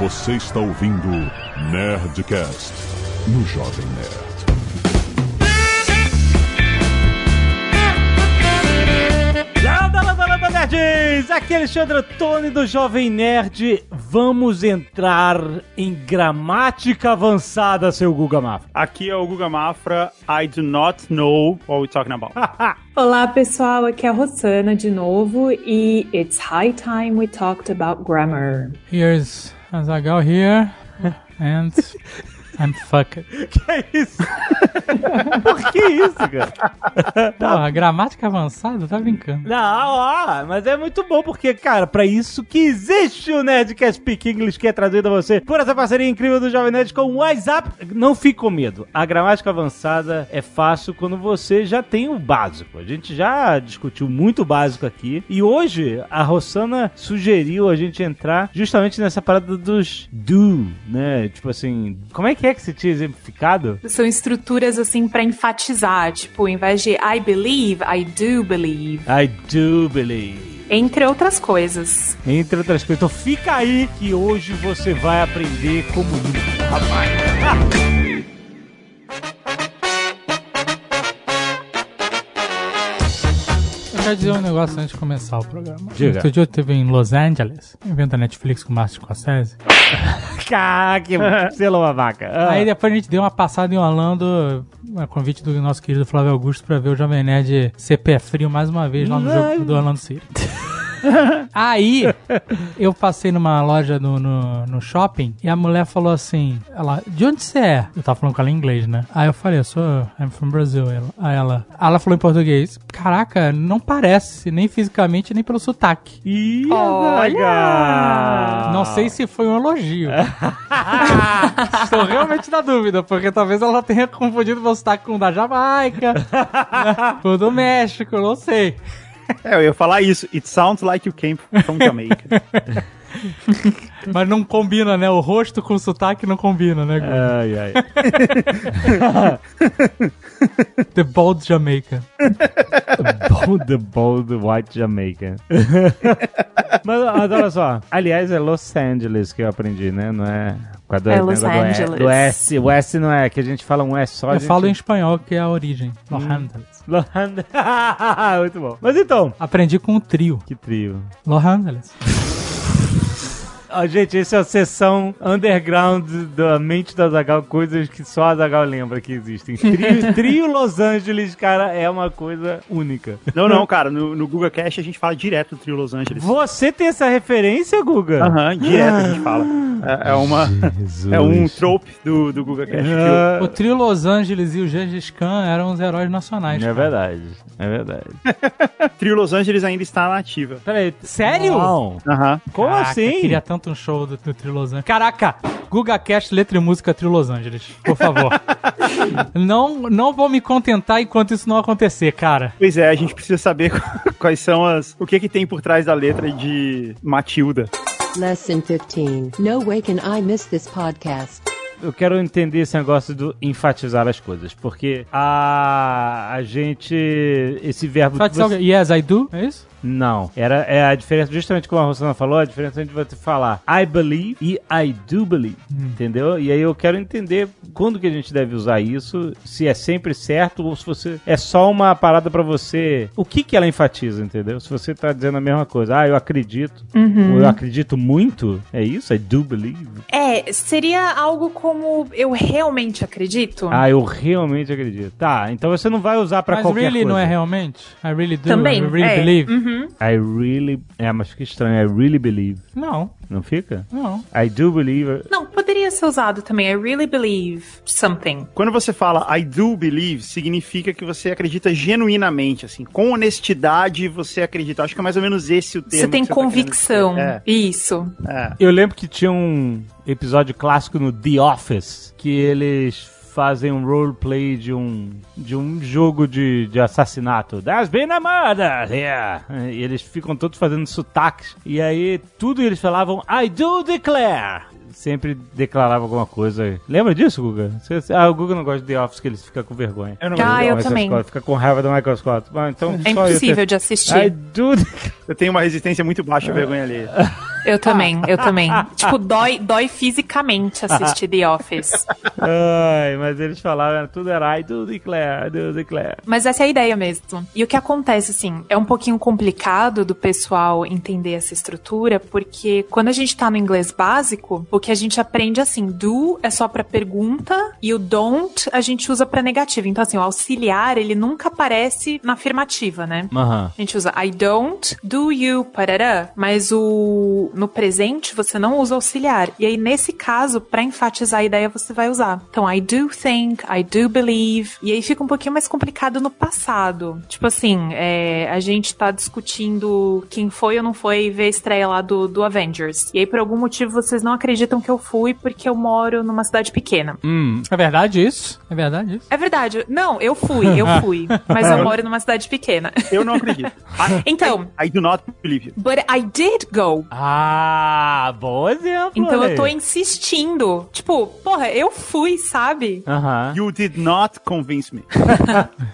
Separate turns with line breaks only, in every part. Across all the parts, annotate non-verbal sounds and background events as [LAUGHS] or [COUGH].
Você está ouvindo Nerdcast no Jovem Nerd.
Landa, landa, landa, nerds! Aqui é Alexandre Antônio do Jovem Nerd. Vamos entrar em gramática avançada, seu Guga Mafra. [LAUGHS]
Aqui é o Guga Mafra. I do not know what we're talking about.
Olá pessoal, aqui é a Rossana de novo e it's high time we talked about grammar.
Here's Azagal here, and I'm fucked.
Que isso? [LAUGHS] Por que isso, cara?
Pô, a gramática avançada? Tá brincando.
Não, ó, mas é muito bom, porque, cara, pra isso que existe o Nerdcast Speak English, que é traduzido a você por essa parceria incrível do Jovem Nerd com o WhatsApp. Não fique com medo. A gramática avançada é fácil quando você já tem o básico. A gente já discutiu muito o básico aqui. E hoje, a Rossana sugeriu a gente entrar justamente nessa parada dos do, né? Tipo assim, como é que é que você tinha exemplificado?
São estruturas assim pra enfatizar, tipo, em vez de I believe, I do believe,
I do believe.
entre outras coisas.
Entre outras coisas. Então fica aí que hoje você vai aprender como nunca, rapaz.
Eu quero dizer um negócio antes de começar o programa.
Diga.
Outro dia eu estive em Los Angeles, um evento da Netflix com o Márcio Scorsese.
Caraca, selou uma vaca. Ah,
Aí depois a gente deu uma passada em Orlando, a convite do nosso querido Flávio Augusto pra ver o Jovem Nerd ser pé frio mais uma vez lá no
Não.
jogo do Orlando City. [LAUGHS] Aí, eu passei numa loja no, no, no shopping e a mulher falou assim: ela, de onde você é? Eu tava falando com ela em inglês, né? Aí eu falei: eu sou, I'm from Brazil. Ela, aí ela, ela falou em português: caraca, não parece, nem fisicamente, nem pelo sotaque.
Ih,
Olha!
Azaghal.
Não sei se foi um elogio. Estou realmente na dúvida, porque talvez ela tenha confundido meu sotaque com o da Jamaica, né, com o do México, não sei.
É, eu ia falar isso. It sounds like you came from Jamaica.
Mas não combina, né? O rosto com o sotaque não combina, né? Guga?
Ai, ai.
The Bald Jamaica.
Bold, the bold white Jamaican. [LAUGHS] mas, mas olha só. Aliás, é Los Angeles que eu aprendi, né? Não é... com a do-
É
negócio
Los
do E-
Angeles.
Do S. O S não é, que a gente fala um S só. a
Eu
gente...
falo em espanhol, que é a origem. Los Angeles.
[LAUGHS] Los Angeles. [LAUGHS] Muito bom. Mas então...
Aprendi com o trio.
Que trio.
Los Angeles.
Ó, gente, essa é a sessão underground da mente da Zagal, coisas que só a Zagal lembra que
[LAUGHS]
existem. Trio, trio Los Angeles, cara, é uma coisa única.
não, não, cara. No, no Google Cash a gente fala direto do Trio Los Angeles.
Você tem essa referência, Guga?
Aham, direto a gente fala. É, é uma... É um trope do, do Google Cash.
Ah,
O trio Los Angeles e o Gengis Khan eram os heróis nacionais.
É
cara.
verdade, é verdade.
O Trio Los Angeles ainda está na ativa.
Peraí,
Sério?
Não.
Aham.
Como
Caraca,
assim?
Eu queria tanto um show do, do Trio Los Angeles. Caraca! Guga Cast, letra e música Trio Los Angeles.
[LAUGHS]
Por favor. não, não vou me contentar enquanto isso não acontecer, cara.
Pois é, a gente precisa saber [LAUGHS] quais são as... O que que tem por trás da letra de Matilda.
Lesson 15. No way can I miss this podcast.
eu quero entender esse negócio do enfatizar as coisas, porque a, a gente, esse verbo...
Só
que
de salga-
você-
Yes, I do. É isso?
Não. Era, é a diferença, justamente como a Rosana falou, a diferença entre você falar I believe e I do believe.
Hum.
Entendeu? E aí eu quero entender quando que a gente deve usar isso, se é sempre certo ou se você. É só uma parada pra você. O que que ela enfatiza, entendeu? Se você tá dizendo a mesma coisa, ah, eu acredito,
Uhum.
ou eu acredito muito, é isso? É do believe.
É, seria algo como eu realmente acredito?
Ah, eu realmente acredito. Tá, então você não vai usar pra
Mas
qualquer
really
coisa.
não é realmente? I really do.
Também.
I really
é.
believe.
Hum.
Uhum.
I really. É, mas que estranho. I really believe.
Não,
Não fica?
não.
I do believe.
Não, poderia ser usado também. I really believe something.
Quando você fala I do believe, significa que você acredita genuinamente, assim, com honestidade você acredita. Acho que é mais ou menos esse o termo.
Você tem
que tá
convicção.
querendo É.
Isso.
dizer. É, é.
Eu lembro que tinha um episódio clássico no The Office que eles fazem um roleplay de um de um jogo de, de assassinato. There's been a murder here. E eles ficam todos fazendo sotaques. E aí tudo eles falavam I do declare. Sempre declarava alguma coisa. Lembra disso, Guga? Você- você- Ah, o Guga não gosta de The Office, que ele fica com vergonha. Eu não
Ah,
gosto de
eu
Michael
também.
Scott, Fica com raiva do Michael Scott. Ah, então
É
só eu
impossível
ter-
de
I
assistir.
do declare.
Eu tenho uma resistência muito baixa à vergonha alheia.
Eu também, eu também. [LAUGHS] tipo, dói, dói fisicamente assistir The Office.
Ai, mas eles falaram, tudo era I do declare, I do declare.
Mas essa é a ideia mesmo. E o que acontece, assim, é um pouquinho complicado do pessoal entender essa estrutura, porque quando a gente tá no inglês básico, o que a gente aprende, assim, do é só pra pergunta e o don't a gente usa pra negativo. Então, assim, o auxiliar, ele nunca aparece na afirmativa, né?
Aham.
A gente usa I don't, do you, parará. Mas o no presente você não usa auxiliar. E aí nesse caso, pra enfatizar a ideia, você vai usar. Então I do think, I do believe. E aí fica um pouquinho mais complicado no passado. Tipo assim, é, a gente tá discutindo quem foi ou não foi ver a estreia lá do, do Avengers. E aí por algum motivo vocês não acreditam que eu fui porque eu moro numa cidade pequena.
Hum,
É verdade isso? É verdade isso?
É verdade. Não, eu fui, eu
[LAUGHS]
fui. mas eu moro numa cidade pequena.
Eu não acredito. I,
Então,
I do not believe you.
but I did go.
Ah, bom exemplo.
Então eu tô
olha aí.
insistindo. Tipo, porra, eu fui,
[LAUGHS]
sabe?
Aham.
You did not convince me.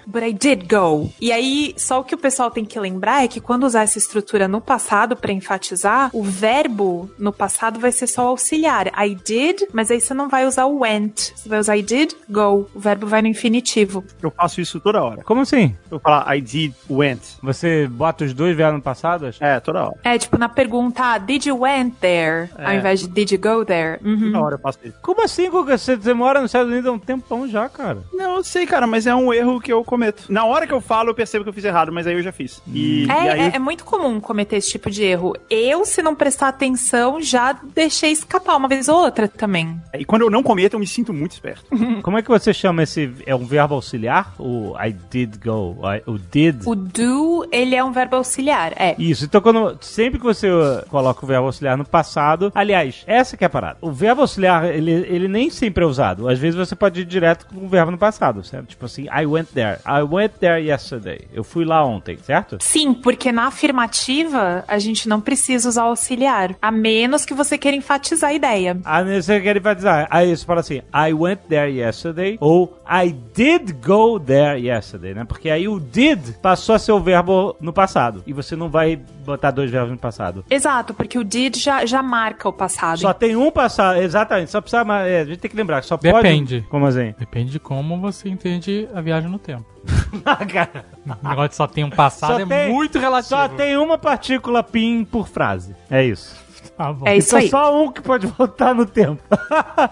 But I did go. E aí, só o que o pessoal tem que lembrar é que quando usar essa estrutura no passado pra enfatizar, o verbo no passado vai ser só o auxiliar. I did, mas aí você não vai usar o went. Você vai usar I did go. O verbo vai no infinitivo.
Eu faço isso toda hora.
Como assim?
Eu falo I did went.
Você bota os dois vieram no passado? acho?
É, toda hora.
É tipo na pergunta, did you went there?
É.
Ao invés de did you go there? Uhum.
Toda hora eu faço isso.
Como assim, Guga? Você, você mora nos Estados Unidos há um tempão já, cara.
Não, eu sei, cara, mas é um erro que eu cometo. Na hora que eu falo, eu percebo que eu fiz errado, mas aí eu já fiz. E, e
É,
aí
é, é muito comum cometer esse tipo de erro. Eu, se não prestar atenção, já deixei escapar uma vez ou outra também.
é.
E quando eu não cometo, eu me sinto muito esperto.
Como é que você chama esse. É um verbo auxiliar? O I did go. I- o did.
O do, ele é um verbo auxiliar, é.
Isso, então quando, sempre que você uh, coloca o verbo auxiliar no passado, aliás, essa que é a parada. O verbo auxiliar, ele, ele nem sempre é usado. Às vezes você pode ir direto com o verbo no passado, certo? Tipo assim, I went there. I went there yesterday. Eu fui lá ontem, certo?
Sim, porque na afirmativa a gente não precisa usar o auxiliar, a menos que você queira enfatizar a ideia.
Ah, né, você quer enfatizar. Aí você fala assim, I went there yesterday. Ou I did go there yesterday, né? Porque aí o did passou a ser o verbo no passado. E você não vai botar dois verbos no passado.
Exato, porque o did já, já marca o passado.
Só tem um passado, exatamente. Só precisa. mas, é, a gente tem que lembrar que só pode.
Depende.
Como assim?
Depende de como você entende a viagem
[LAUGHS]
no tempo. [LAUGHS]
Ah, cara.
O negócio de só tem um passado é muito relativo.
Só tem uma partícula PIN por frase. É isso.
Tá bom.
É isso
Então
aí.
só um que pode [LAUGHS] voltar no
[LAUGHS]
tempo.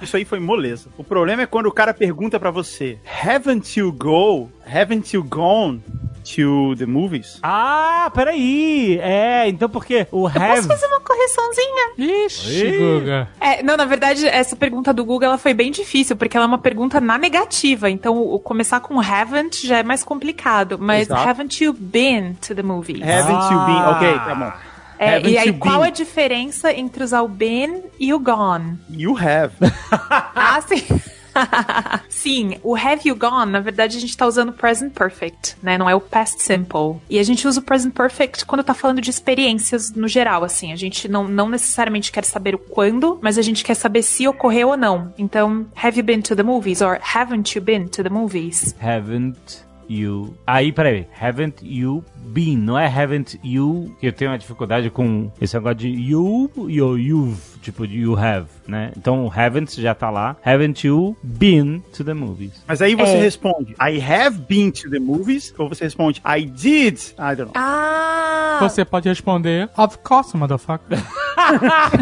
Isso aí foi moleza. O problema é quando o cara pergunta pra você: Haven't you go? Haven't you gone to the movies?
ah, peraí. É, então porque o
Eu
have.
posso fazer uma correçãozinha?
Ixi,
Ih.
Guga.
É, não, na verdade, essa pergunta do Google ela foi bem difícil, porque ela é uma pergunta na negativa. Então, o começar com haven't já é mais complicado. Mas
Exato.
haven't you been to the movies?
Haven't you been? Ok, tá bom.
Ah. É,
Haven't
e aí,
you
qual
been?
a diferença entre usar o been e o gone?
You have.
Ah, sim. [LAUGHS] Sim, o have you gone, na verdade a gente tá usando o present perfect, né? Não é o past simple. E a gente usa o present perfect quando tá falando de experiências no geral, assim. A gente não, não necessariamente quer saber o quando, mas a gente quer saber se ocorreu ou não. Então, have you been to the movies? Or haven't you been to the movies?
Haven't you. Aí, peraí. Haven't you been? Não é haven't you. que Eu tenho uma dificuldade com esse negócio de you e o you've. Tipo, de you have, né? Então, o haven't já tá lá. Haven't you been to the movies?
Mas aí você
É.
responde: I have been to the movies. Ou você responde: I did. I don't know.
Ah!
Você pode responder, of course, motherfucker.
[LAUGHS]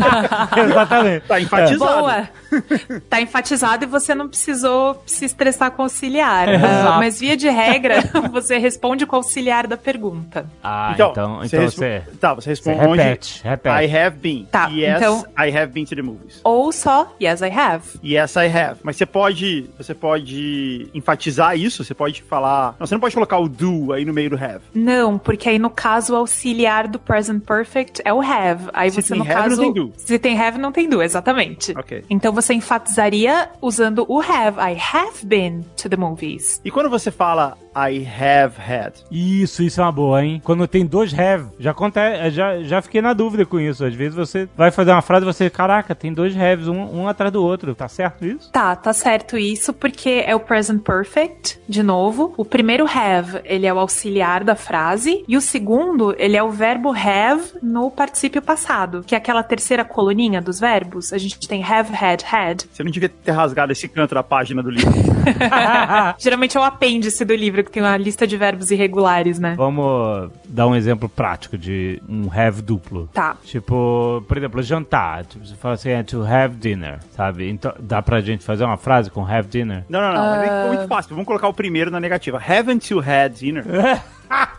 Exatamente.
Tá enfatizado.
Boa! [LAUGHS] tá enfatizado e você não precisou se estressar com o auxiliar.
Exato.
Ah, mas via de regra, [LAUGHS] você responde com o auxiliar da pergunta.
Ah, então, então,
respo-
você.
Tá, você
Você
responde.
repete, repete.
I have been.
Tá,
yes,
então-
I have been to the movies.
Ou só, yes, I have.
Yes, I have. Mas você pode, você pode enfatizar isso, você pode falar. Não, você não pode colocar o do aí no meio do have.
Não, porque aí no caso o auxiliar do present perfect é o have. Aí
Se
você
tem
no
have,
caso
não tem do.
se tem have não tem do, exatamente.
Ok.
Então você enfatizaria usando o have. I have been to the movies.
E quando você fala I have had.
Isso, isso é uma boa, hein? Quando tem dois have, já acontece, já, já fiquei na dúvida com isso. Às vezes você vai fazer uma frase e você, caraca, tem dois haves, um, um atrás do outro. Tá certo isso?
Tá, tá certo isso, porque é o present perfect, de novo. O primeiro have, ele é o auxiliar da frase, e o segundo, ele é o verbo have no particípio passado, que é aquela terceira coluninha dos verbos. A gente tem have, had, had.
Você não devia ter rasgado esse canto da página do livro.
Geralmente é o apêndice do livro que tem uma lista de verbos irregulares, né?
Vamos dar um exemplo prático de um have duplo.
Tá.
Tipo, por exemplo, jantar. Tipo, você fala assim, é to have dinner, sabe? Então, dá pra gente fazer uma frase com have dinner?
Não, não, não. mas é muito fácil. Vamos colocar o primeiro na negativa. Haven't you had dinner?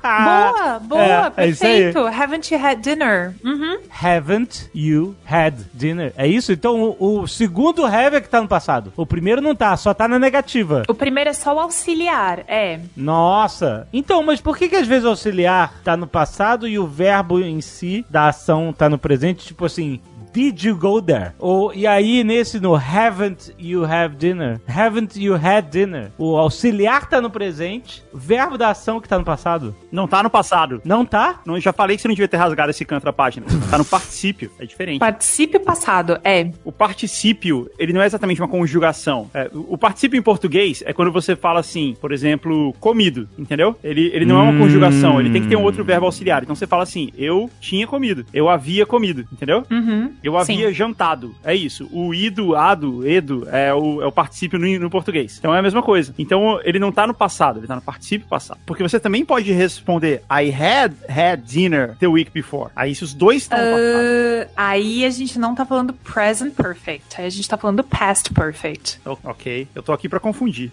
Boa, boa,
é isso aí.
perfeito. Haven't you had dinner? Uhum.
Haven't you had dinner? É isso? Então o, o segundo have é que tá no passado. O primeiro não tá, só tá na negativa.
O primeiro é só o auxiliar, é.
Nossa! Então, mas por que que às vezes o auxiliar tá no passado e o verbo em si da ação tá no presente? Tipo assim, did you go there? Ou, e aí nesse no haven't you have dinner? Haven't you had dinner? O auxiliar tá no presente, o verbo da ação que tá no passado.
Não tá no passado.
Não [LAUGHS] tá?
Não, eu já falei que você não devia ter rasgado esse canto da página. Tá no particípio. É diferente.
Particípio passado, é.
O particípio, ele não é exatamente uma conjugação. É, o o particípio em português é quando você fala assim, por exemplo, comido, entendeu? Ele, ele não é uma conjugação, ele tem que ter um outro verbo auxiliar. Então você fala assim, eu tinha comido, eu havia comido, entendeu?
Uhum.
Eu havia
Sim.
jantado. É isso. O ido, ado, edo é o, é o particípio no, no português. Então é a mesma coisa. Então ele não tá no passado, ele tá no particípio passado. Porque você também pode responder I had had dinner the week before. Aí se os dois estão no passado.
Ah, aí a gente não tá falando present perfect, aí a gente tá falando past perfect.
O- Então, Ok, eu tô aqui pra confundir.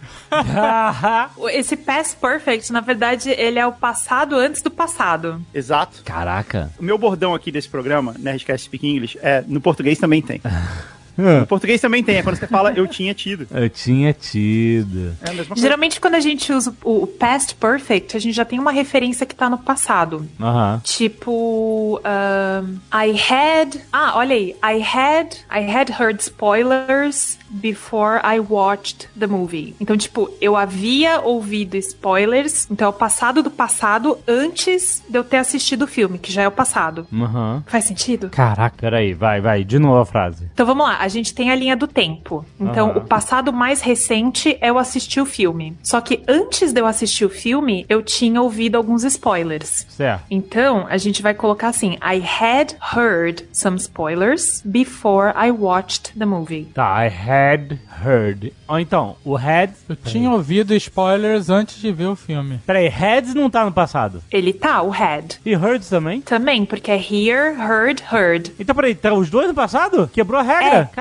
O- Esse past perfect, na verdade, ele é o passado antes do passado.
Exato.
Caraca.
O meu bordão aqui desse programa, Nerdcast Speak English, é no português também tem. No português também tem, é quando você fala eu tinha tido.
Eu tinha tido.
É a mesma coisa.
Geralmente, quando a gente usa o o past perfect, a gente já tem uma referência que tá no passado.
Aham.
Tipo, ahn, I had. Ah, olha aí. I had. I had heard spoilers before I watched the movie. Então, tipo, eu havia ouvido spoilers. Então, é o passado do passado antes de eu ter assistido o filme, que já é o passado.
Aham.
Faz sentido?
Caraca.
Peraí, vai, vai. De novo a frase.
Então vamos lá, a gente tem a linha do tempo. Então,
Aham.
o passado mais recente é eu assistir o filme. Só que antes de eu assistir o filme, eu tinha ouvido alguns spoilers.
Certo.
Então, a gente vai colocar assim: I had heard some spoilers before I watched the movie.
Tá, I had heard. Ou então, o had. [LAUGHS]
Eu tinha ouvido spoilers antes de ver o filme.
Peraí, had não tá no passado.
Ele tá, o had.
E heard também?
Também, porque é hear, heard, heard.
Então, peraí, tá os dois no passado? Quebrou a regra?
É.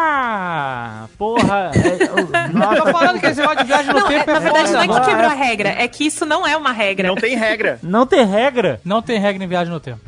Caraca! Porra! é,
Eu tô falando que esse negócio de viagem no
Não, é-
tempo é,
na verdade, não
foda,
é que
mano.
quebrou a regra, é que isso não é uma regra.
Não tem regra.
não tem regra? [LAUGHS]
Não tem regra em viagem no tempo.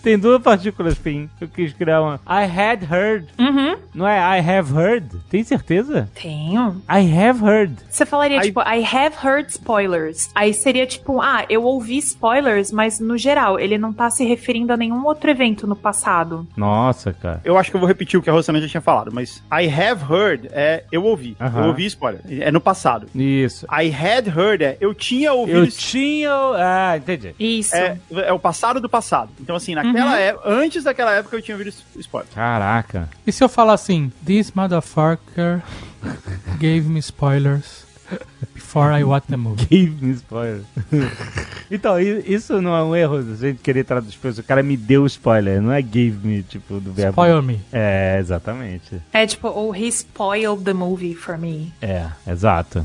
tem duas partículas, fim. Eu quis criar uma. I had heard.
Uhum.
Não é I have heard? Tem certeza?
Tenho.
I have heard.
Você falaria,
I-
tipo, I have heard spoilers. Aí seria tipo, ah, eu ouvi spoilers, mas no geral, ele não tá se referindo a nenhum outro evento no passado.
Nossa, cara.
Eu acho que eu vou repetir o que a Rosana já tinha falado, mas I have heard é eu ouvi.
Aham.
Eu ouvi spoiler. É no passado.
Isso.
I had heard é eu tinha ouvido.
Eu tinha. Ah, entendi.
Isso.
É, é o passado do passado. Então, assim, naquela época, antes daquela época eu tinha ouvido spoiler.
Caraca.
E se eu falar assim, this motherfucker gave me spoilers before I watch the movie?
Gave me spoiler. [LAUGHS] então, i- isso não é um erro da gente querer traduzir para isso. O cara me deu spoiler, não é gave me, tipo, do verbo.
Spoil me.
É, exatamente.
É tipo, oh, he spoiled the movie for me.
É, exato.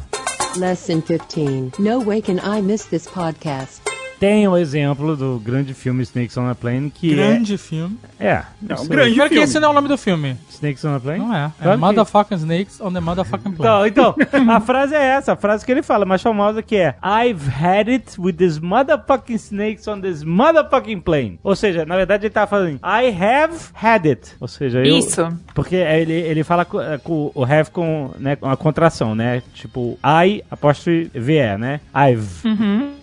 Lesson 15. No way can I miss this podcast.
Tem o exemplo do grande filme Snakes on a Plane, que
Grande filme.
é... É.
Não,
isso aí.
grande
Primeiro que
filme.
esse não é o nome do filme.
Snakes on a Plane?
Não é.
Claro
É
que-
Motherfucking Snakes on the Motherfucking Plane.
Então, então, a frase é essa, a frase que ele fala, mais famosa que é I've had it with these motherfucking snakes on this motherfucking plane. Ou seja, na verdade ele tá falando I have had it. Ou seja, eu...
Isso.
Porque é, ele, ele fala co- eh, com, o have com né, uma contração, né? Tipo, I apóstrofe VE, né? I've.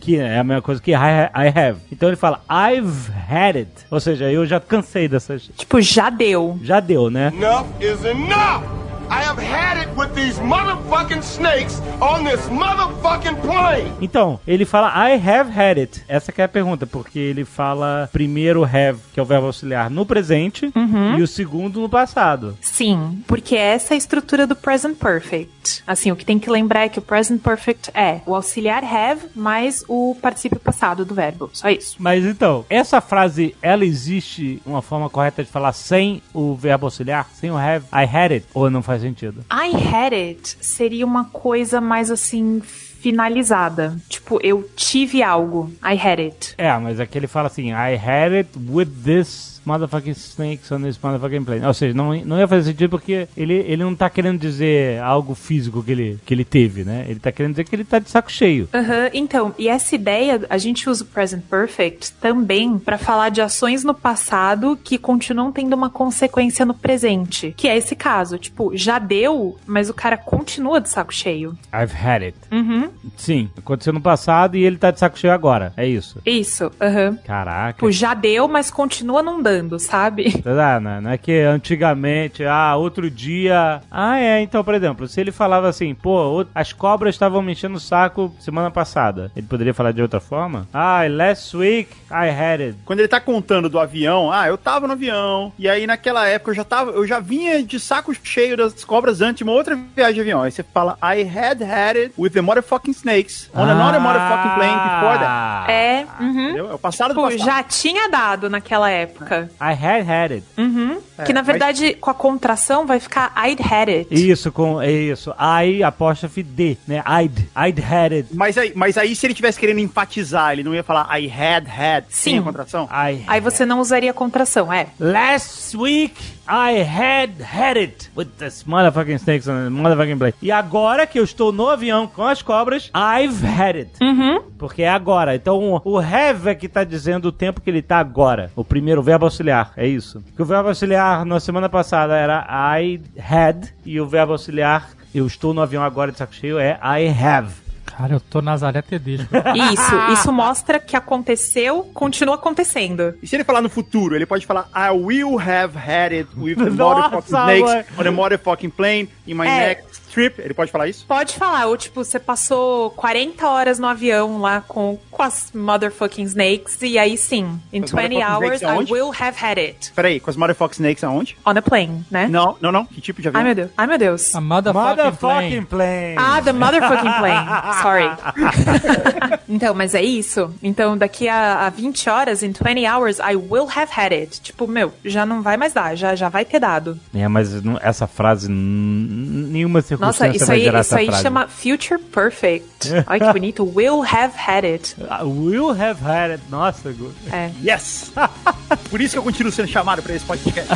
Que é a mesma coisa que I, ha- I have. Então ele fala I've had it. Ou seja, eu já cansei dessas...
Tipo, já deu.
Já deu, né?
Enough is enough!
I have had it with these motherfucking snakes on this motherfucking plane.
Então, ele fala I have had it. Essa que é a pergunta, porque ele fala primeiro have, que é o verbo auxiliar, no presente, e o segundo no passado.
Sim, porque essa é a estrutura do present perfect. Assim, o que tem que lembrar é que o present perfect é o auxiliar have mais o particípio passado do verbo. Só isso.
Mas então, essa frase, ela existe uma forma correta de falar sem o verbo auxiliar? Sem o have? I had it. Ou não faz sentido?
I had it seria uma coisa mais assim finalizada. Tipo, eu tive algo. I had it.
É, mas aqui ele fala assim, I had it with this motherfucking snakes on this motherfucking plane. Ou seja, não, não ia fazer sentido porque ele, ele não tá querendo dizer algo físico que ele, que ele teve, né? Ele tá querendo dizer que ele tá de saco cheio.
Aham, então, e essa ideia, a gente usa o present perfect também pra falar de ações no passado que continuam tendo uma consequência no presente, que é esse caso, tipo, já deu, mas o cara continua de saco cheio.
I've had it.
Uhum.
Sim, aconteceu no passado e ele tá de saco cheio agora. É isso.
Isso, aham.
Caraca.
Tipo, já deu, mas continua não dando, sabe?
Ah, não, não é que antigamente, ah, outro dia. Ah, é, então, por exemplo, se ele falava assim, pô, o- as cobras estavam me enchendo o saco semana passada, ele poderia falar de outra forma? Ah, last week I had it.
Quando ele tá contando do avião, ah, eu tava no avião, e aí naquela época eu já tava, eu já vinha de saco cheio das cobras antes de uma outra viagem de avião. Aí você fala, I had had it with the motherfucking snakes on
Ah.
another motherfucking plane before that.
é, uhum.
Entendeu? É o passado do
Tipo,
passado.
já tinha dado naquela época.
I had had it.
Uhum.
É,
que na
mas-
verdade, com a contração, vai ficar I'd had it.
Isso, com é isso. I apóstrofe D, né? I'd, I'd had it.
Mas aí, mas aí se ele tivesse querendo enfatizar, ele não ia falar I had had sem
Sim.
a contração?
I
Aí você não usaria a contração, é.
Last week I had had it with this motherfucking snakes on the motherfucking plane. E agora que eu estou no avião com as cobras, I've had it.
Uhum.
Porque é agora. Então o have é que tá dizendo o tempo que ele tá agora. O primeiro verbo auxiliar, é isso. Porque o verbo auxiliar na semana passada era I had e o verbo auxiliar eu estou no avião agora de saco cheio é I have.
Cara, eu tô Nazaré Tedesco.
[LAUGHS]
Isso, isso mostra que aconteceu, continua acontecendo.
E se ele falar no futuro, ele pode falar I will have had it
[LAUGHS]
with the
Nossa,
motherfucking snakes
mãe.
on the motherfucking plane in my
É.
next trip. Ele pode falar isso?
Pode falar, ou tipo, você passou 40 horas no avião lá com, com as motherfucking snakes, e aí sim, in
As
20
motherfucking
hours
snakes é aonde?
I will have had it.
Peraí, com as motherfucking snakes aonde?
On a plane, né?
Não, não, não. Que tipo de avião?
Ai meu Deus, ai meu Deus.
A [LAUGHS] motherfucking, plane.
plane.
Ah, the motherfucking plane.
[LAUGHS]
Sorry. [LAUGHS] então, mas é isso. Então, daqui a, a 20 horas, in 20 hours, I will have had it. Tipo, meu, já não vai mais dar, já, já vai ter dado.
É, mas não- essa frase, n- nenhuma circunstância
Nossa, isso
vai
aí,
gerar
isso
essa
aí
frase.
chama future
[LAUGHS]
perfect. Olha que bonito. Will have had it.
Ah, Will have had it. Nossa, Gu.
É.
Yes! [LAUGHS] Por isso que eu continuo sendo chamado pra esse podcast.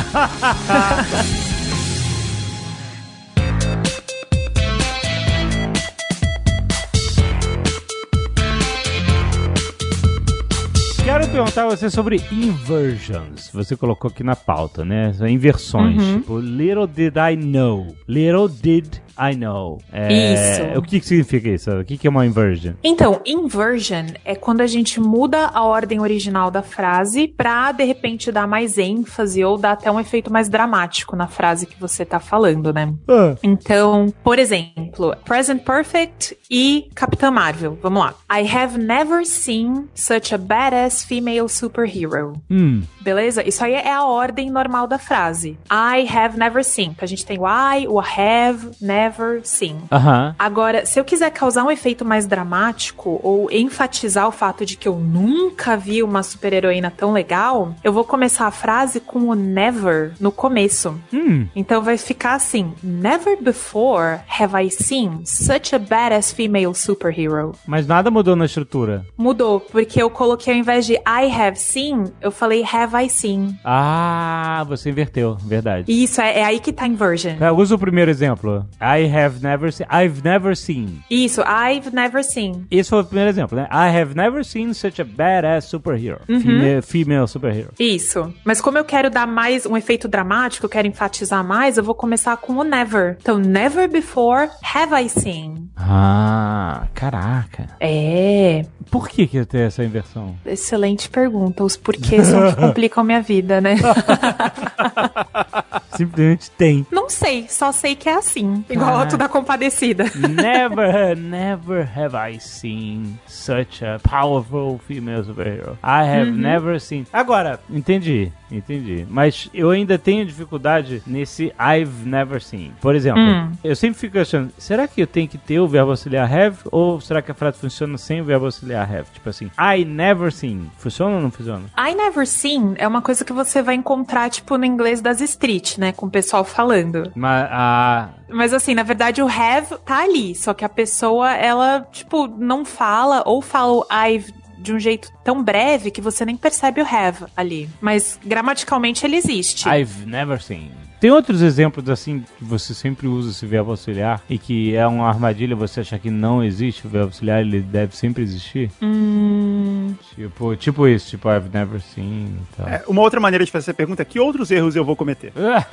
Quero perguntar a você sobre inversions. Você colocou aqui na pauta, né? Inversões.
Uhum.
Tipo, little did I know. Little did I know. É,
Isso.
O que, que significa isso? O que, que é uma inversion?
Então, inversion é quando a gente muda a ordem original da frase pra, de repente, dar mais ênfase ou dar até um efeito mais dramático na frase que você tá falando, né? Então, por exemplo, Present Perfect e Capitã Marvel. Vamos lá. I have never seen such a badass female superhero.
Hum.
Beleza? Isso aí é a ordem normal da frase. I have never seen. Então a gente tem o I, o have, never seen.
Aham.
Agora, se eu quiser causar um efeito mais dramático ou enfatizar o fato de que eu nunca vi uma super-heroína tão legal, eu vou começar a frase com o never no começo. Então vai ficar assim: Never before have I seen such a badass female superhero.
Mas nada mudou na estrutura.
Mudou, porque eu coloquei ao invés de I have seen, eu falei have I seen.
Ah, você inverteu. Verdade.
E isso é, é aí que tá inversion.
Tá, Usa o primeiro exemplo. I have never seen. I've never seen.
Isso, I've never seen.
Esse foi o primeiro exemplo, né? I have never seen such a badass superhero.
Uhum.
Female, female superhero.
Isso. Mas como eu quero dar mais um efeito dramático, eu quero enfatizar mais, eu vou começar com o never. Então, never before have I seen.
Ah, caraca.
É,
Por que que tem essa inversão?
excelente pergunta. Os porquês são que complicam minha vida, né?
simplesmente tem.
Não sei, só sei que é assim. Igual
Caraca.
a tu da compadecida.
Never, never have I seen such a powerful female superhero. I have never seen. Agora, entendi, entendi. Mas eu ainda tenho dificuldade nesse I've never seen. Por exemplo,
Hum.
eu sempre fico achando, será que eu tenho que ter o verbo auxiliar have? Ou será que a frase funciona sem o verbo auxiliar have? Tipo assim, I never seen. Funciona ou não funciona?
I never seen é uma coisa que você vai encontrar, tipo, no inglês das street, né? Com o pessoal falando.
Mas, ah,
Mas assim, na verdade, o have tá ali. Só que a pessoa, ela, tipo, não fala ou fala o I've de um jeito tão breve que você nem percebe o have ali. Mas gramaticalmente ele existe.
I've never seen. Tem outros exemplos assim que você sempre usa esse verbo auxiliar e que é uma armadilha você achar que não existe o verbo auxiliar, ele deve sempre existir?
Hum,
Tipo, tipo isso, tipo I've never seen e tal.
É, Uma outra maneira de fazer essa pergunta é que outros erros eu vou cometer?
Ah!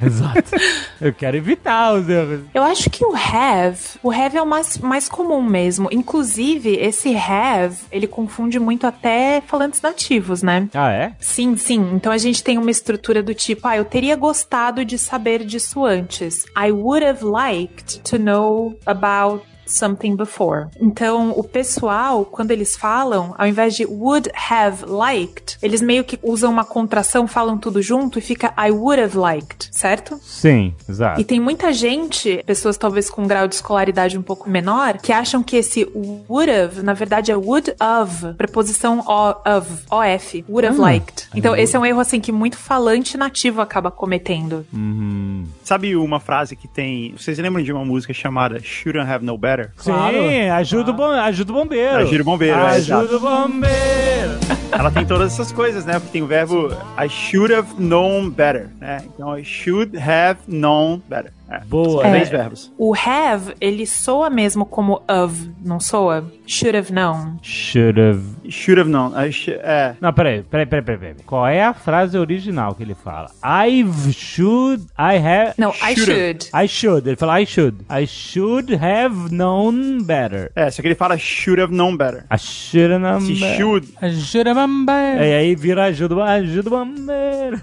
Exato. Eu quero evitar os erros.
eu acho que o have, o have é o mais, mais comum mesmo. Inclusive, esse have, ele confunde muito até falantes nativos, né?
Ah, é?
Sim, sim. Então a gente tem uma estrutura do tipo, ah, eu teria gostado de saber disso antes. I would have liked to know about something before. Então, o pessoal, quando eles falam, ao invés de would have liked, eles meio que usam uma contração, falam tudo junto e fica I would have liked, certo?
Sim,
E
exato.
tem muita gente, pessoas talvez com um grau de escolaridade um pouco menor, que acham que esse would have, na verdade é would of, preposição o, of, of, would have liked. Então esse é um erro assim que muito falante nativo acaba cometendo.
Uhum.
Sabe uma frase que tem. Vocês lembram de uma música chamada Shouldn't Have No Better?
Sim, ajuda, o bom, ajuda o bombeiro.
Ajuda o bombeiro, é,
Ajuda o bombeiro.
Ela tem todas essas coisas, né? Porque tem o verbo I should have known better, né? Então I should have known better. É.
Boa.
São Três
né?
verbos.
O have, ele soa mesmo como of, não soa? Should have known.
Should have
Should have known. I sh- é.
Não, peraí, peraí, peraí, peraí, peraí. Qual é a frase original que ele fala? I should, I have...
Não, I should.
I should, ele fala I should. I should have known better.
É, só que ele fala should have known better.
I should have known
Se
Hum, é.
better.
should.
Juramamba.
É, E aí vira ajuda, ajuda o
[LAUGHS]
bombeiro.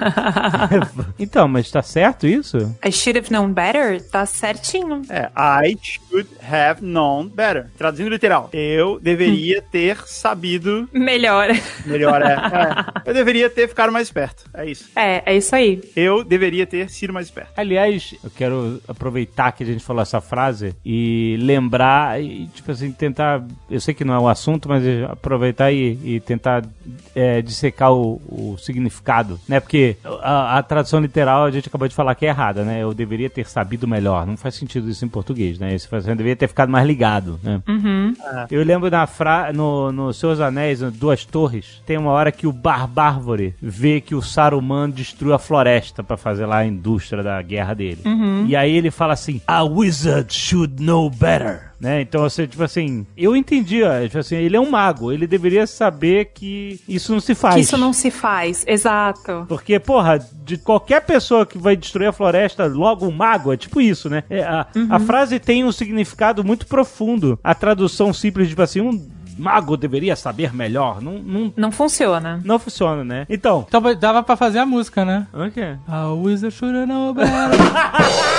[LAUGHS] então, mas tá certo isso?
I should have known better, tá certinho.
É, I should have known better. Traduzindo literal, eu deveria
Hum.
ter sabido
Melhor. [LAUGHS]
melhor. É, é. Eu deveria ter ficado mais esperto. É isso.
É, é isso aí.
Eu deveria ter sido mais esperto.
Aliás, eu quero aproveitar que a gente falou essa frase e lembrar e, tipo assim, tentar. Eu sei que não é o assunto, mas aproveitar e, e tentar é, dissecar o, o significado, né? Porque a, a tradução literal a gente acabou de falar que é errada, né? Eu deveria ter sabido melhor. Não faz sentido isso em português, né? Isso faz, eu deveria ter ficado mais ligado, né? Eu lembro na fra... no, no Seus Anéis, no Duas Torres, tem uma hora que o Barbárvore vê que o Saruman destruiu a floresta pra fazer lá a indústria da guerra dele.
Uhum.
E aí ele fala assim: A wizard should know better. Né? Então, assim, tipo assim, eu entendi, ó, tipo assim, ele é um mago, ele deveria saber que isso não se faz.
Que isso não se faz. Exato.
Porque, porra, de qualquer pessoa que vai destruir a floresta, logo um mago, é tipo isso, né? É, a, a frase tem um significado muito profundo. A tradução simples, tipo assim, um mago deveria saber melhor. Não, não,
Não funciona.
não funciona, né? Então.
Então dava pra fazer a música, né?
Ok.
A Wizard Juramamba.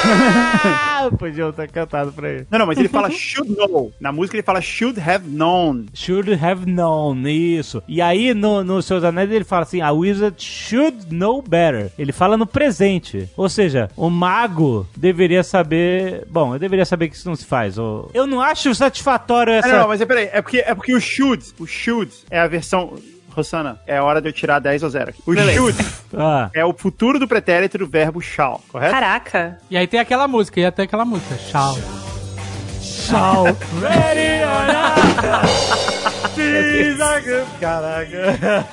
[LAUGHS] Ah, podia eu ter cantado pra ele.
Não, não, mas ele
[LAUGHS]
fala should know. Na música ele fala should have known.
Should have known, isso. E aí, no, no Seus Anéis, ele fala assim: a wizard should know better. Ele fala no presente. Ou seja, o mago deveria saber. Bom, eu deveria saber que isso não se faz. Ou... Eu não acho satisfatório
Ah,
essa.
não, não, mas é, peraí, é porque, é porque o should, o should é a versão... Rosana, é hora de eu tirar 10 ou 0 aqui. O should
Ah.
é o futuro do pretérito do verbo shall,
É?
correto?
Caraca.
e aí tem aquela música, e até aquela música. Tchau.
Tchau. Ready or not? She's a good- Caraca.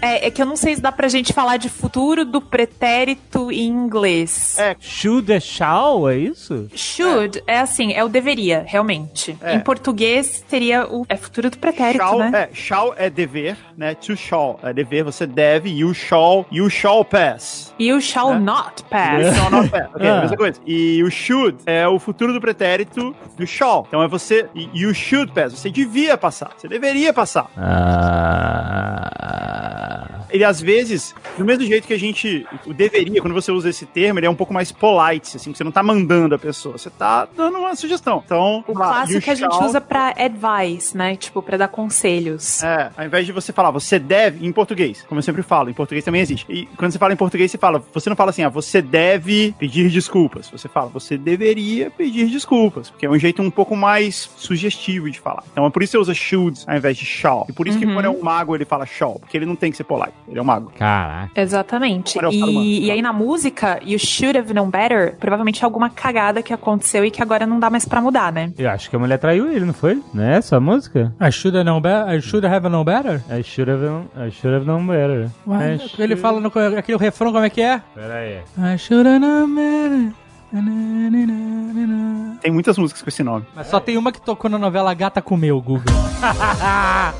É, é que eu não sei se dá pra gente falar de futuro do pretérito em inglês.
É.
[LAUGHS] Should é shall, é isso?
Should é. assim, é o deveria, realmente.
É.
Em português seria o é futuro do pretérito,
Shall,
né?
é, shall é dever, né? To shall é dever, você deve, you shall, you shall pass.
You shall not
You
pass.
É. [LAUGHS] shall not pass. Ok,
Ah.
mesma coisa. E o should é o futuro do pretérito do shall. Então é você, you should pass, você devia passar, você deveria passar.
Ah.
ele às vezes, do mesmo jeito que a gente o deveria, quando você usa esse termo, ele é um pouco mais polite, assim, que você não tá mandando a pessoa, você tá dando uma sugestão. Então,
O
sei lá,
clássico é
you
que a gente
shall-
usa pra advice, né? Tipo, pra dar conselhos.
É, ao invés de você falar, você deve, em português, como eu sempre falo, em português também existe. E quando você fala em português, você fala, você não fala assim, ah, você deve pedir desculpas. Você fala, você deveria pedir desculpas, porque é um jeito um pouco mais sugestivo de falar. Então é por isso que você usa should ao invés de shall. E por isso que quando é um mago ele fala shall, porque ele não tem que ser polite, ele é um mago.
Caraca.
Exatamente.
Agora eu falo, mano.
E, e aí na música, You Should Have Known Better, provavelmente é alguma cagada que aconteceu e que agora não dá mais pra mudar, né?
Eu acho que a mulher traiu ele, não foi? Não é essa a música?
I should have known better. I should have known better?
I should have known, I should have known better. I
Ué,
should-
ele fala no, aquele refrão, como é que é?
Pera aí.
I should have known better. Na, na, na, na, na.
Tem muitas músicas com esse nome.
Mas só tem uma que tocou na novela Gata Comeu, Guga.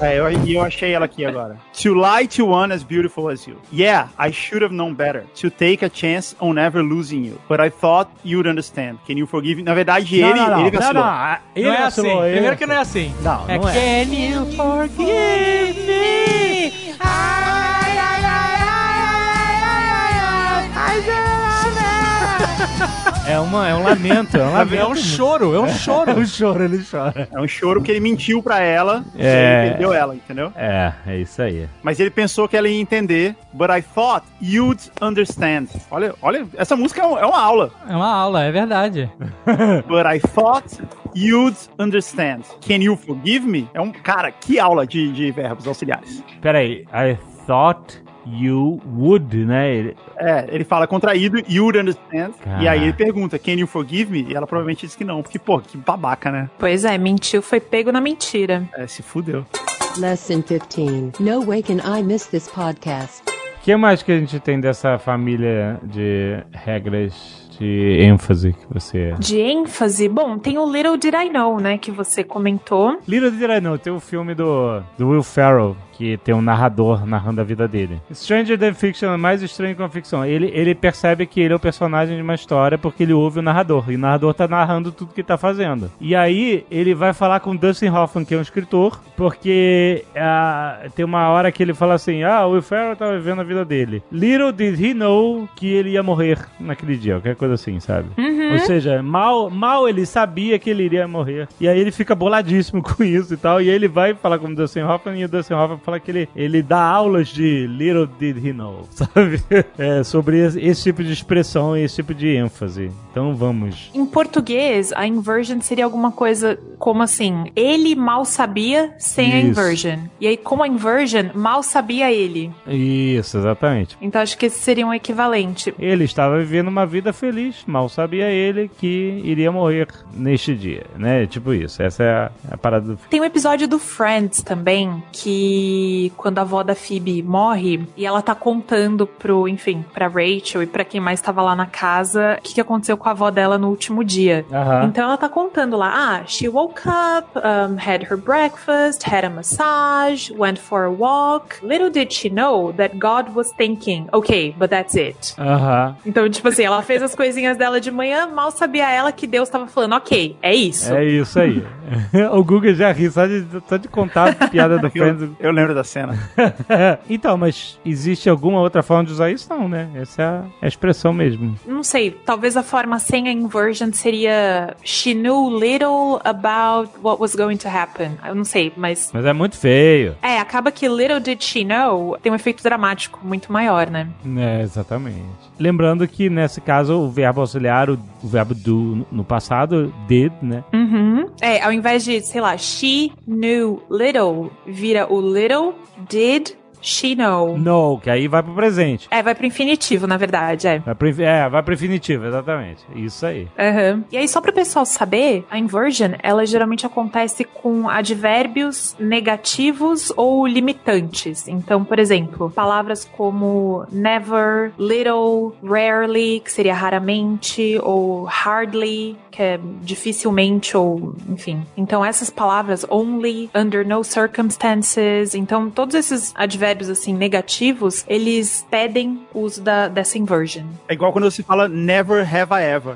É, eu- e eu achei ela aqui agora. To lie to one as beautiful as you. Yeah, I should have known better. To take a chance on never losing you. But I thought you'd understand. Can you forgive me? Na verdade, ele,
não, não,
ele
não,
vacilou.
não, ah, ele
não é
vacilou,
assim.
ele
Primeiro que não é assim.
Não,
é
não é.
Can you forgive me?
[LAUGHS] É, uma, é um lamento, é um
É um
lamento.
choro, é um
[LAUGHS]
choro.
choro, ele chora.
É um choro porque ele mentiu pra ela.
É.
Ele perdeu ela, entendeu?
É, é isso aí.
Mas ele pensou que ela ia entender. But I thought you'd understand. Olha, olha, essa música é, um- é
[LAUGHS]
uma aula.
É uma aula, é verdade.
But I thought you'd understand. Can you forgive me? É um cara, que aula de, de verbos auxiliares.
Pera aí, I thought you would, né? Ele-
É, ele fala contraído, you'd understand.
Caraca.
E aí ele pergunta, can you forgive me? E ela provavelmente diz que não, porque, pô, que babaca, né?
Pois é, mentiu, foi pego na mentira.
É, se fudeu.
Lesson 15. No way can I miss this podcast.
O que mais que a gente tem dessa família de regras de ênfase que você...
De ênfase, bom, tem o Little Did I Know, né? Que você comentou.
Little Did I Know, tem o filme do, do Will Ferrell, que tem um narrador narrando a vida dele. Stranger Than Fiction é mais estranho que uma ficção. Ele, ele percebe que ele é o personagem de uma história porque ele ouve o narrador. E o narrador tá narrando tudo que ele tá fazendo. E aí, ele vai falar com Dustin Hoffman, que é um escritor, porque ah, tem uma hora que ele fala assim, ah, o Will Ferrell tá vivendo a vida dele. Little did he know que ele ia morrer naquele dia, qualquer coisa assim, sabe? Ou seja, mal, mal ele sabia que ele iria morrer. E aí ele fica boladíssimo [LAUGHS] com isso e tal. E aí ele vai falar com o Dustin Hoffman e o Dustin Hoffman fala que ele, ele dá aulas de Little Did He Know, [LAUGHS] sabe? É, sobre esse, esse tipo de expressão e esse tipo de ênfase. Então vamos.
Em português, a inversion seria alguma coisa como assim: ele mal sabia sem a
Isso.
inversion. E aí, com a inversion, mal sabia ele.
Isso, exatamente.
Então acho que esse seria um equivalente.
Ele estava vivendo uma vida feliz, mal sabia ele que iria morrer neste dia, né? Tipo isso, essa é a, a parada do
Tem um episódio do Friends também, que quando a avó da Phoebe morre e ela tá contando pro, enfim, pra Rachel e pra quem mais tava lá na casa o que, que aconteceu com a avó dela no último dia.
Aham.
Então ela tá contando lá, ah, she woke up, um, had her breakfast, had a massage, went for a walk. Little did she know that God was thinking, okay, but that's it.
Aham.
Então, tipo assim, ela fez as coisinhas dela de manhã, mal sabia ela que Deus tava falando, ok, é isso.
É isso aí. [LAUGHS] o Google já ri só de, só de contar a piada [LAUGHS] do Friends.
Eu, eu lembro da cena.
então, mas existe alguma outra forma de usar isso? Não, né? Essa é a, é a expressão mesmo.
Não sei, talvez a forma sem a inversion seria she knew little about what was going to happen. Eu não sei, mas.
Mas é muito feio.
É, acaba que little did she know tem um efeito dramático muito maior, né?
É, exatamente. Lembrando que, nesse caso, o verbo auxiliar, o, o verbo do no passado, did, né?
Uhum. É, ao invés de, sei lá, she knew little, vira o little did she know.
No, que aí vai pro presente.
É, vai pro infinitivo, na verdade, é.
Vai pro, inf- é, vai pro infinitivo, exatamente. Isso aí.
Aham. E aí, só pro pessoal saber, a inversion, ela geralmente acontece com advérbios negativos ou limitantes. Então, por exemplo, palavras como never, little, rarely, que seria raramente, ou hardly, que é dificilmente, ou enfim. Então, essas palavras, only, under no circumstances. Então, todos esses advérbios, assim, negativos, eles pedem o uso da, dessa inversion.
É igual quando você fala never have I ever.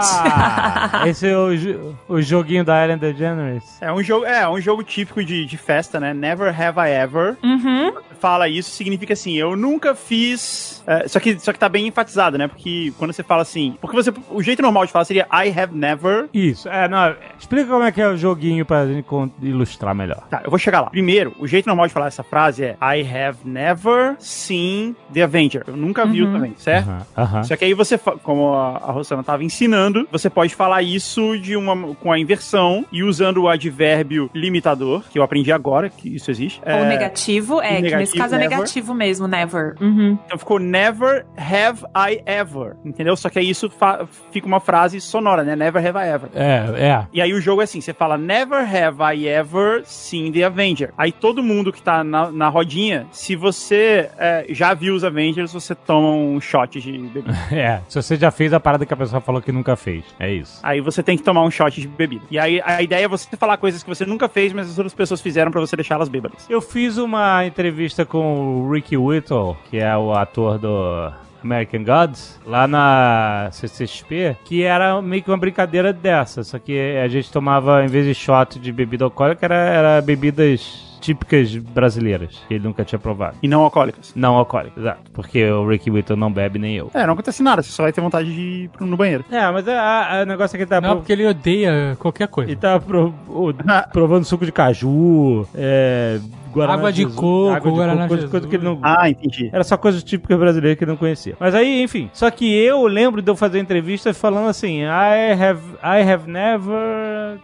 Ah! esse é o, jo- o joguinho da Ellen DeGeneres.
É um jogo, é, um jogo típico de, de festa, né? Never have I ever.
Uhum.
Você fala isso, significa assim, eu nunca fiz. é, só, que, só que tá bem enfatizado, né? Porque quando você fala assim. Porque você. O jeito normal de falar seria I have never.
Isso, é, não, explica como é que é o joguinho pra gente con- ilustrar melhor.
Tá, eu vou chegar lá. Primeiro, o jeito normal de falar essa frase é I have never seen The Avenger. Eu nunca vi o
Uhum.
também, certo?
Aham, aham.
Só que aí você, fa- como a a Rosana estava ensinando, você pode falar isso de uma, com a inversão e usando o advérbio limitador, que eu aprendi agora que isso existe.
Ou
É,
negativo, é, que nesse
negativo,
caso é
never.
negativo mesmo, never. Uhum.
Então ficou never have I ever, entendeu? Só que aí isso fa- fica uma frase sonora, né? Never have I ever.
É, é. [LAUGHS]
E aí o jogo é assim, você fala Never have I ever seen the Avenger. Aí todo mundo que tá na, na rodinha, se você é, já viu os Avengers, você toma um shot de bebida. [LAUGHS]
É, se você já fez a parada que a pessoa falou que nunca fez. É isso.
Aí você tem que tomar um shot de bebida. E aí a ideia é você falar coisas que você nunca fez, mas as outras pessoas fizeram pra você deixá-las bêbadas.
Eu fiz uma entrevista com o Ricky Whittle, que é o ator do American Gods, lá na CCXP, que era meio que uma brincadeira dessa. Só que a gente tomava, em vez de shot de bebida alcoólica, era, era bebidas típicas brasileiras, que ele nunca tinha provado.
E não alcoólicas.
Não alcoólica, exato. Porque o Ricky Whittle não bebe nem eu.
É, não acontece nada, você só vai ter vontade de ir pro- no banheiro.
É, mas a- a- o negócio é que ele tá Então-
Não, porque ele odeia qualquer
Ele
coisa.
tava pro- o- provando suco de caju, é, guaraná
Água de
Jesus,
coco,
água de
guaraná
coco, coisa, coisa que ele não
Ah, entendi.
Era só coisa típica brasileira que ele não conhecia. Mas aí, enfim. Só que eu lembro de eu fazer entrevista falando assim: I have, I have never.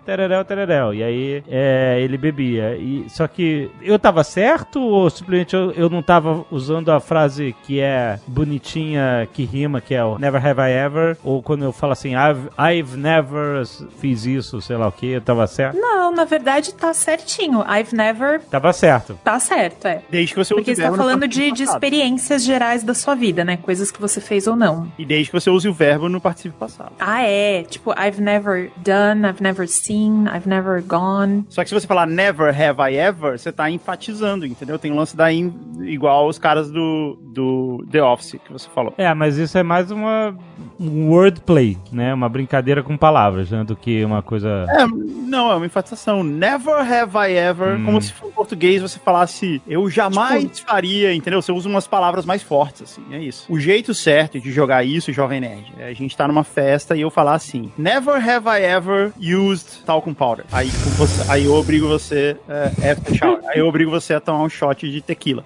Tererel, tererel. E aí é, ele bebia. E, só que eu tava certo ou simplesmente eu, eu não tava usando a frase que é bonitinha, que rima, que é o never have I ever? Ou quando eu falo assim: I've, I've never s- fiz isso, sei lá o que, eu tava certo?
Não, na verdade tá certinho. I've never.
Tava certo.
Tá certo, é.
Desde que você
Porque
use
você
o
tá
verbo no
falando de,
participio
de
passado.
experiências gerais da sua vida, né? Coisas que você fez ou não.
E desde que você use o verbo no participio passado.
Ah, é. Tipo, I've never done, I've never seen, I've never gone.
Só que se você falar never have I ever, você tá enfatizando, entendeu? Tem um lance da in- igual os caras do, do The Office que você falou.
É, mas isso é mais uma um wordplay, né? Uma brincadeira com palavras, né? Do que uma coisa.
É, não, é uma enfatização. Never have I ever. Como se em português você falasse eu jamais faria, entendeu? Você usa umas palavras mais fortes, assim, é isso. O jeito certo de jogar isso, Jovem Nerd, é a gente tá numa festa e eu falar assim: Never have I ever used talcum powder. Aí, com você- aí eu obrigo você. É, after shower. Aí eu obrigo você a tomar um shot de tequila.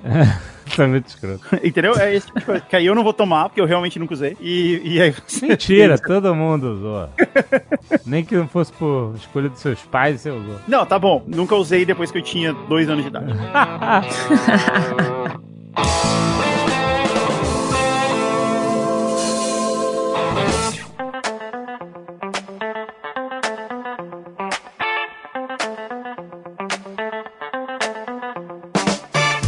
Tá muito escroto.
Entendeu? É esse tipo de coisa. Que aí eu não vou tomar, porque eu realmente nunca usei. E, e aí você.
Mentira, todo mundo usou. Nem que não fosse por escolha dos seus pais, você usou.
Não, tá bom. Nunca usei depois que eu tinha dois anos de idade.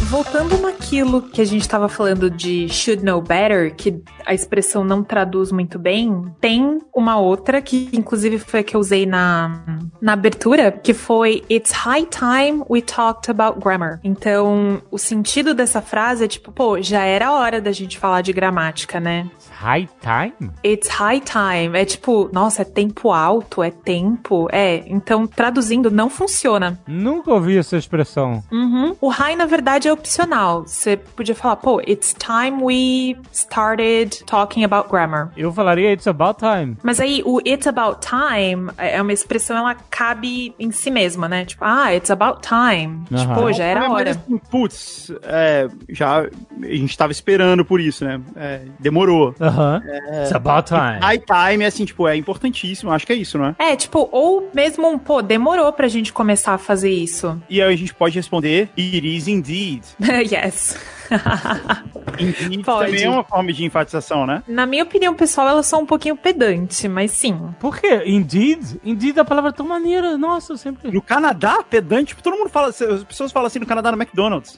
Voltando naquilo que a gente tava falando de should know better, que a expressão não traduz muito bem, tem uma outra que inclusive foi a que eu usei na, na abertura, que foi It's high time we talked about grammar. Então, o sentido dessa frase é tipo, pô, já era a hora da gente falar de gramática, né?
High time?
It's high time. É tipo, nossa, é tempo alto, é tempo. É, então traduzindo não funciona.
Nunca ouvi essa expressão.
Uhum. O high, na verdade, é opcional. Você podia falar, pô, it's time we started talking about grammar.
Eu falaria it's about time.
Mas aí, o it's about time é uma expressão, ela cabe em si mesma, né? Tipo, ah, it's about time.
Aham.
Tipo, já era a
Mas,
hora.
assim, Putz, é, já a gente tava esperando por isso, né? É, demorou.
Aham. It's about time.
High time é assim, tipo, é importantíssimo, acho que é isso, né?
É, tipo, ou mesmo um, pô, demorou pra gente começar a fazer isso. [LAUGHS]
E aí a gente pode responder, it is indeed.
yes. [LAUGHS]
Indeed
Pode.
também é uma forma de enfatização, né?
na minha opinião, pessoal, elas são um pouquinho pedante, mas sim. [LAUGHS]
Por quê? Indeed? Indeed é a palavra tão maneira. Nossa, eu sempre.
No Canadá, pedante, tipo, todo mundo fala, as pessoas falam assim no Canadá no McDonald's.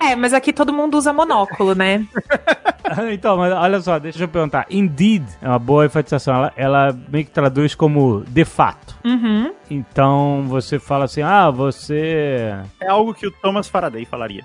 É, mas aqui todo mundo usa monóculo, né?
[LAUGHS] então, mas olha só, deixa eu perguntar. Indeed é uma boa enfatização. Ela, ela meio que traduz como de fato.
Uhum.
Então você fala assim: ah, você.
[LAUGHS]
É algo que o Thomas Faraday falaria.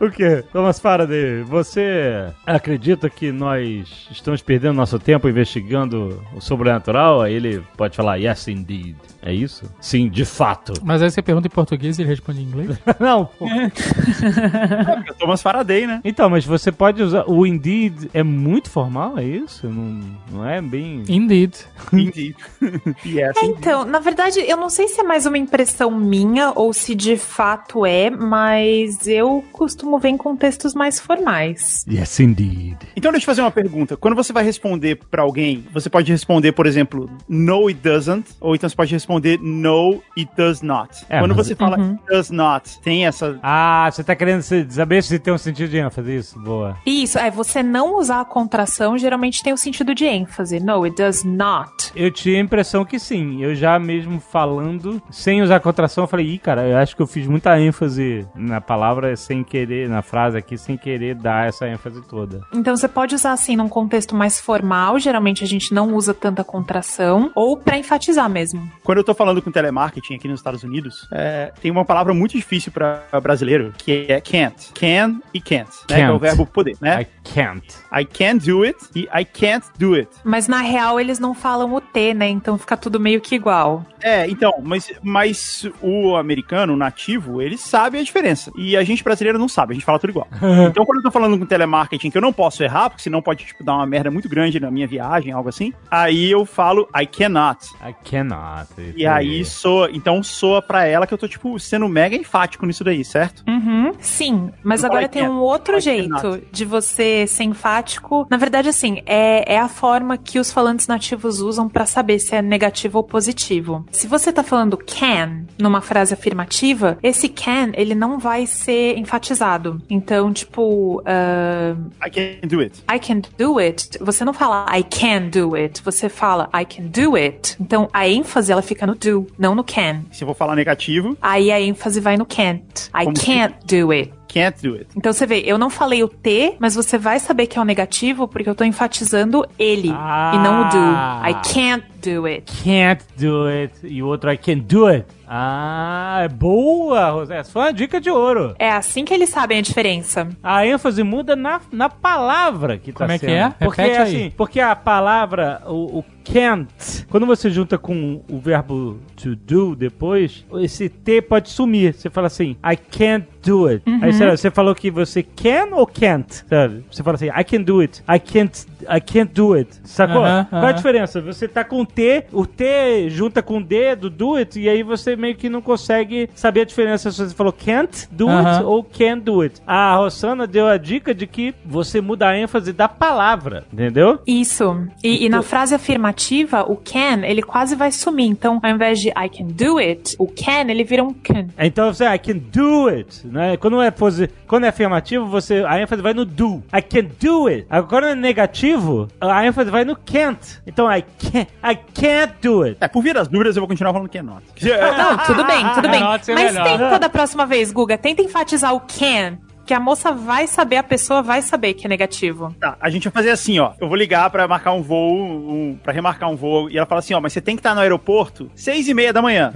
o quê? Thomas Faraday, você acredita que nós estamos perdendo nosso tempo investigando o sobrenatural? Aí ele pode falar, yes, indeed. É isso? Sim, de fato.
Mas aí você pergunta em português e ele responde em inglês?
[LAUGHS] Não, pô.
É Thomas Faraday, né?
Então, mas você pode usar. O indeed é muito formal, é isso? Não, não é bem.
Indeed.
Uhum.
Indeed. [LAUGHS] yes,
É,
indeed.
então, na verdade, eu não sei se é mais uma impressão minha ou se de fato é, mas eu costumo ver em contextos mais formais.
Yes, indeed.
Então deixa eu fazer uma pergunta. Quando você vai responder pra alguém, você pode responder, por exemplo, no it doesn't, ou então você pode responder no it does not.
É,
Quando
mas-
você fala it does not, tem essa
Ah, você tá querendo se- saber se tem um sentido de ênfase? Isso, boa.
Isso, é, você não usar a contração geralmente tem o sentido de ênfase. No, it does not.
Eu tinha a impressão que sim. Eu já mesmo falando, sem usar contração, eu falei, ih, cara, eu acho que eu fiz muita ênfase na palavra sem querer, na frase aqui, sem querer dar essa ênfase toda.
Então você pode usar assim num contexto mais formal, geralmente a gente não usa tanta contração, ou pra enfatizar mesmo.
Quando eu tô falando com telemarketing aqui nos Estados Unidos, é, tem uma palavra muito difícil pra brasileiro, que é can't. Can e can't. Né, que é o
Can't.
verbo poder, né?
I can't.
I, can't do it e I can't do it.
Mas na real eles não falam o T, né? Então fica tudo meio que igual.
É, então, mas, mas o americano, o nativo, ele sabe a diferença. E a gente brasileiro não sabe, a gente fala tudo igual. então, quando eu tô falando com telemarketing que eu não posso errar, porque senão pode tipo, dar uma merda muito grande na minha viagem, algo assim, aí eu falo I cannot.
I cannot.
E aí soa, então soa pra ela que eu tô, tipo, sendo mega enfático nisso daí, certo?
Uhum, sim, mas
Eu
agora
falei
tem
que é.
um outro
Falei que é
jeito
nada.
de você ser enfático. Na verdade, assim, é, é a forma que os falantes nativos usam pra saber se é negativo ou positivo. Se você tá falando can numa frase afirmativa, esse can ele não vai ser enfatizado. Então, tipo, ah,
I can't do it.
I can do it. Você não fala I can do it. Você fala I can do it. Então, a ênfase ela fica no do, não no can.
Se eu vou falar negativo,
Aí a ênfase vai no can't. I
Como
can't do it.
can't do it.
Então você vê, eu não falei o T, mas você vai saber que é o negativo porque eu tô enfatizando ele
Ah.
e não o do. I can't do it.
Can't do it. E o outro, I can do it. Ah, é boa, Rosé. Essa foi uma dica de ouro.
É assim que eles sabem a diferença.
A ênfase muda na, na palavra que tá
Como é que
sendo.
é?
Porque
Repete
é assim,
aí.
porque a palavra, o, o can't, quando você junta com o verbo to do depois, esse T pode sumir. Você fala assim, I can't do it.
Uhum.
Aí sei lá, você falou que você can ou can't, sabe? Você fala assim, I can do it, I can't, I can't do it. Sacou?
Aham,
Qual é a
aham.
diferença? Você tá com T, o T junta com D do do it, e aí você meio que não consegue saber a diferença se você falou can't do it
Aham.
ou can do it. A Rossana deu a dica de que você muda a ênfase da palavra, entendeu?
Isso. E, e na frase afirmativa, o can, ele quase vai sumir. Então, ao invés de I can do it, o can, ele vira um can.
Então você, I can do it, né? Quando é, posi- quando é afirmativo, você, a ênfase vai no do. I can do it. Agora é negativo, a ênfase vai no can't. Então, I can't, I can't do it.
É, por via das dúvidas, eu vou continuar falando cannot. Que se- é,
Não, tudo bem, tudo bem.
Melhor de ser
Mas
melhor.
tenta da próxima vez, Guga, tenta enfatizar o can, que a moça vai saber, a pessoa vai saber que é negativo.
tá, a gente vai fazer assim, ó. Eu vou ligar pra marcar um voo, um, pra remarcar um voo, e ela fala assim, ó, mas você tem que estar no aeroporto seis e meia
[LAUGHS]
da manhã.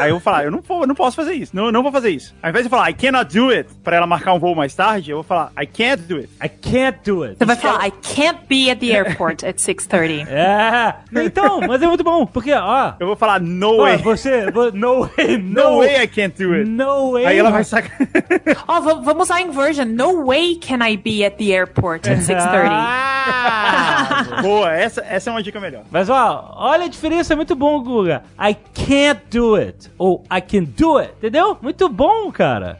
Aí eu vou falar, eu não, vou, eu não posso fazer isso, não, eu não vou fazer isso. Ao invés de eu falar, I cannot do it, pra ela marcar um voo mais tarde, eu vou falar, I can't do it.
I can't do it.
Você vai falar, I can't be at the airport at 6:30.
É, então, mas é muito bom, porque, ó,
Eu vou falar, no
ó,
way,
Ah, você, vo- no way, no,
[LAUGHS] no way I can't do it.
no way.
Aí ela vai sacar.
Ó, va- vamos usar a inversion. No way can I be at the airport at 6:30.
[LAUGHS] Ah!
[LAUGHS] Boa, essa, essa é uma dica melhor.
Mas ó, olha a diferença, é muito bom, Guga. I can't do it. Ou I can do it. Entendeu? Muito bom, cara.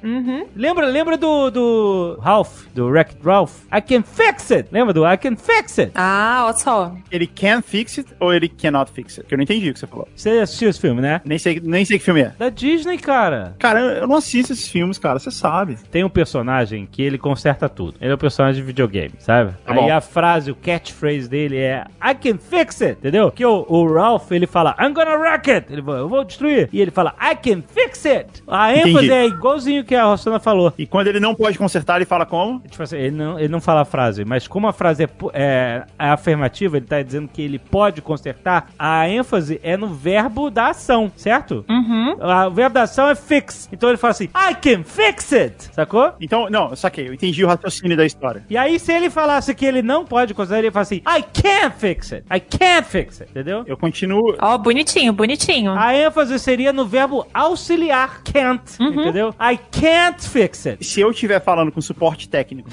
Lembra, lembra do, do Ralph, do Wreck Ralph? I can fix it. Lembra do I can fix it?
Ah, olha só.
Ele can fix it ou ele cannot fix it? Que eu não entendi o que você falou.
Você assistiu esse filme, né?
Nem sei, nem sei que filme é.
Da Disney, cara.
Cara, eu não assisto esses filmes, cara, você sabe.
Tem um personagem que ele conserta tudo. Ele é um personagem de videogame, sabe?
Tá
Aí
bom.
a
frase, o catchphrase dele é I can fix it, entendeu? Que o, o Ralph, ele fala I'm gonna wreck it, ele fala, eu vou destruir. E ele fala I can fix it. A ênfase
Entendi.
é igualzinho que a Rossana falou.
E quando ele não pode consertar, ele fala como?
Tipo assim, ele não, ele não fala a frase, mas como a frase é, pu- é- é afirmativa, ele tá dizendo que ele pode consertar, a ênfase é no verbo da ação, certo? Uhum. O verbo da ação é fix. Então ele fala assim, I can fix it, sacou?
Então, não, eu saquei, eu entendi o raciocínio da história.
E aí, se ele falasse que ele não pode consertar, ele fala assim, I can't fix it, I can't fix it, entendeu?
Eu continuo.
Ó, bonitinho, bonitinho.
Ah,
A ênfase seria no verbo auxiliar, can't, entendeu? I can't fix it.
Se eu estiver falando com suporte técnico,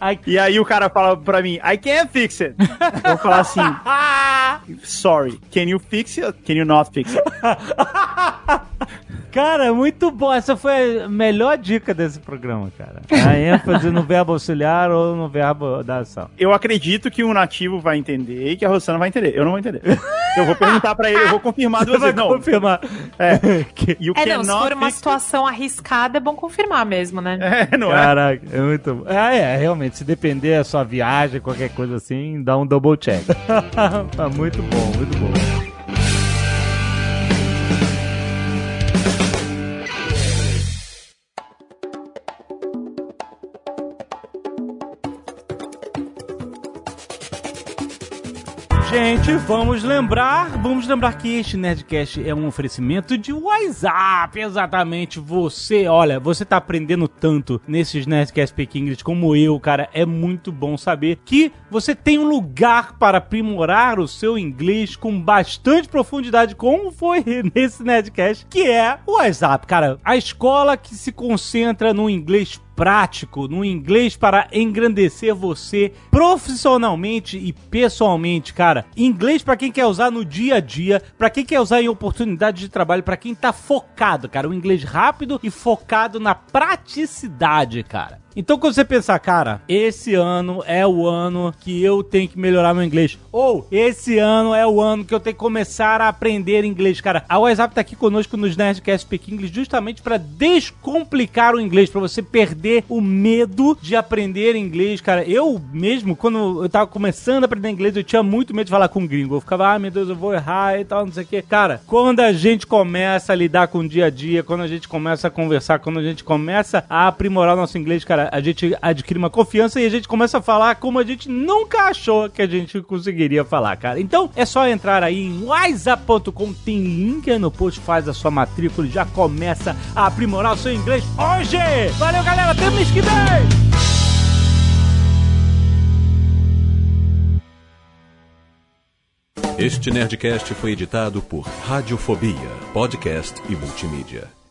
I
e aí o cara fala pra mim, I can't fix it. Eu vou falar assim, sorry, can you fix it? Can you not fix it?
Cara, é muito bom. Essa foi a melhor dica desse programa, cara. A ênfase no verbo auxiliar ou no verbo da ação.
Eu acredito que um nativo vai entender e que a Rosana vai entender. Eu não vou entender. Eu vou perguntar pra ele, eu vou confirmar duas vezes. Não,
confirmar.
é.
Que-
You
É, não, se
cannot
for uma
fix [LAUGHS] it.
situação arriscada, é bom confirmar mesmo, né?
É, não é?
Caraca, é muito bom. Ah, é, realmente. Se depender da sua viagem, qualquer coisa assim, dá um double check. Tá [LAUGHS] muito bom, muito bom. Gente, vamos lembrar, vamos lembrar que este Nerdcast é um oferecimento de WhatsApp, exatamente você, olha, você tá aprendendo tanto nesses Nerdcast Speak English como eu, cara, é muito bom saber que você tem um lugar para aprimorar o seu inglês com bastante profundidade, como foi [LAUGHS] nesse Nerdcast, que é o WhatsApp, cara, a escola que se concentra no inglês prático no inglês para engrandecer você profissionalmente e pessoalmente, cara. Inglês para quem quer usar no dia a dia, para quem quer usar em oportunidades de trabalho, para quem tá focado, cara, um inglês rápido e focado na praticidade, cara. Então, quando você pensar, cara, esse ano é o ano que eu tenho que melhorar meu inglês. Ou esse ano é o ano que eu tenho que começar a aprender inglês. Cara, a WhatsApp tá aqui conosco nos Nerdcast Speak English justamente para descomplicar o inglês, para você perder o medo de aprender inglês. Cara, eu mesmo, quando eu tava começando a aprender inglês, eu tinha muito medo de falar com gringo. Eu ficava, ah, meu Deus, eu vou errar e tal, não sei o quê. Cara, quando a gente começa a lidar com o dia a dia, quando a gente começa a conversar, quando a gente começa a aprimorar o nosso inglês, cara, a gente adquire uma confiança e a gente começa a falar como a gente nunca achou que a gente conseguiria falar, cara. Então é só entrar aí em WhatsApp.com, tem link aí no post, faz a sua matrícula e já começa a aprimorar o seu inglês hoje! Valeu, galera, até mês que vem!
Este Nerdcast foi editado por Radiofobia, podcast e multimídia.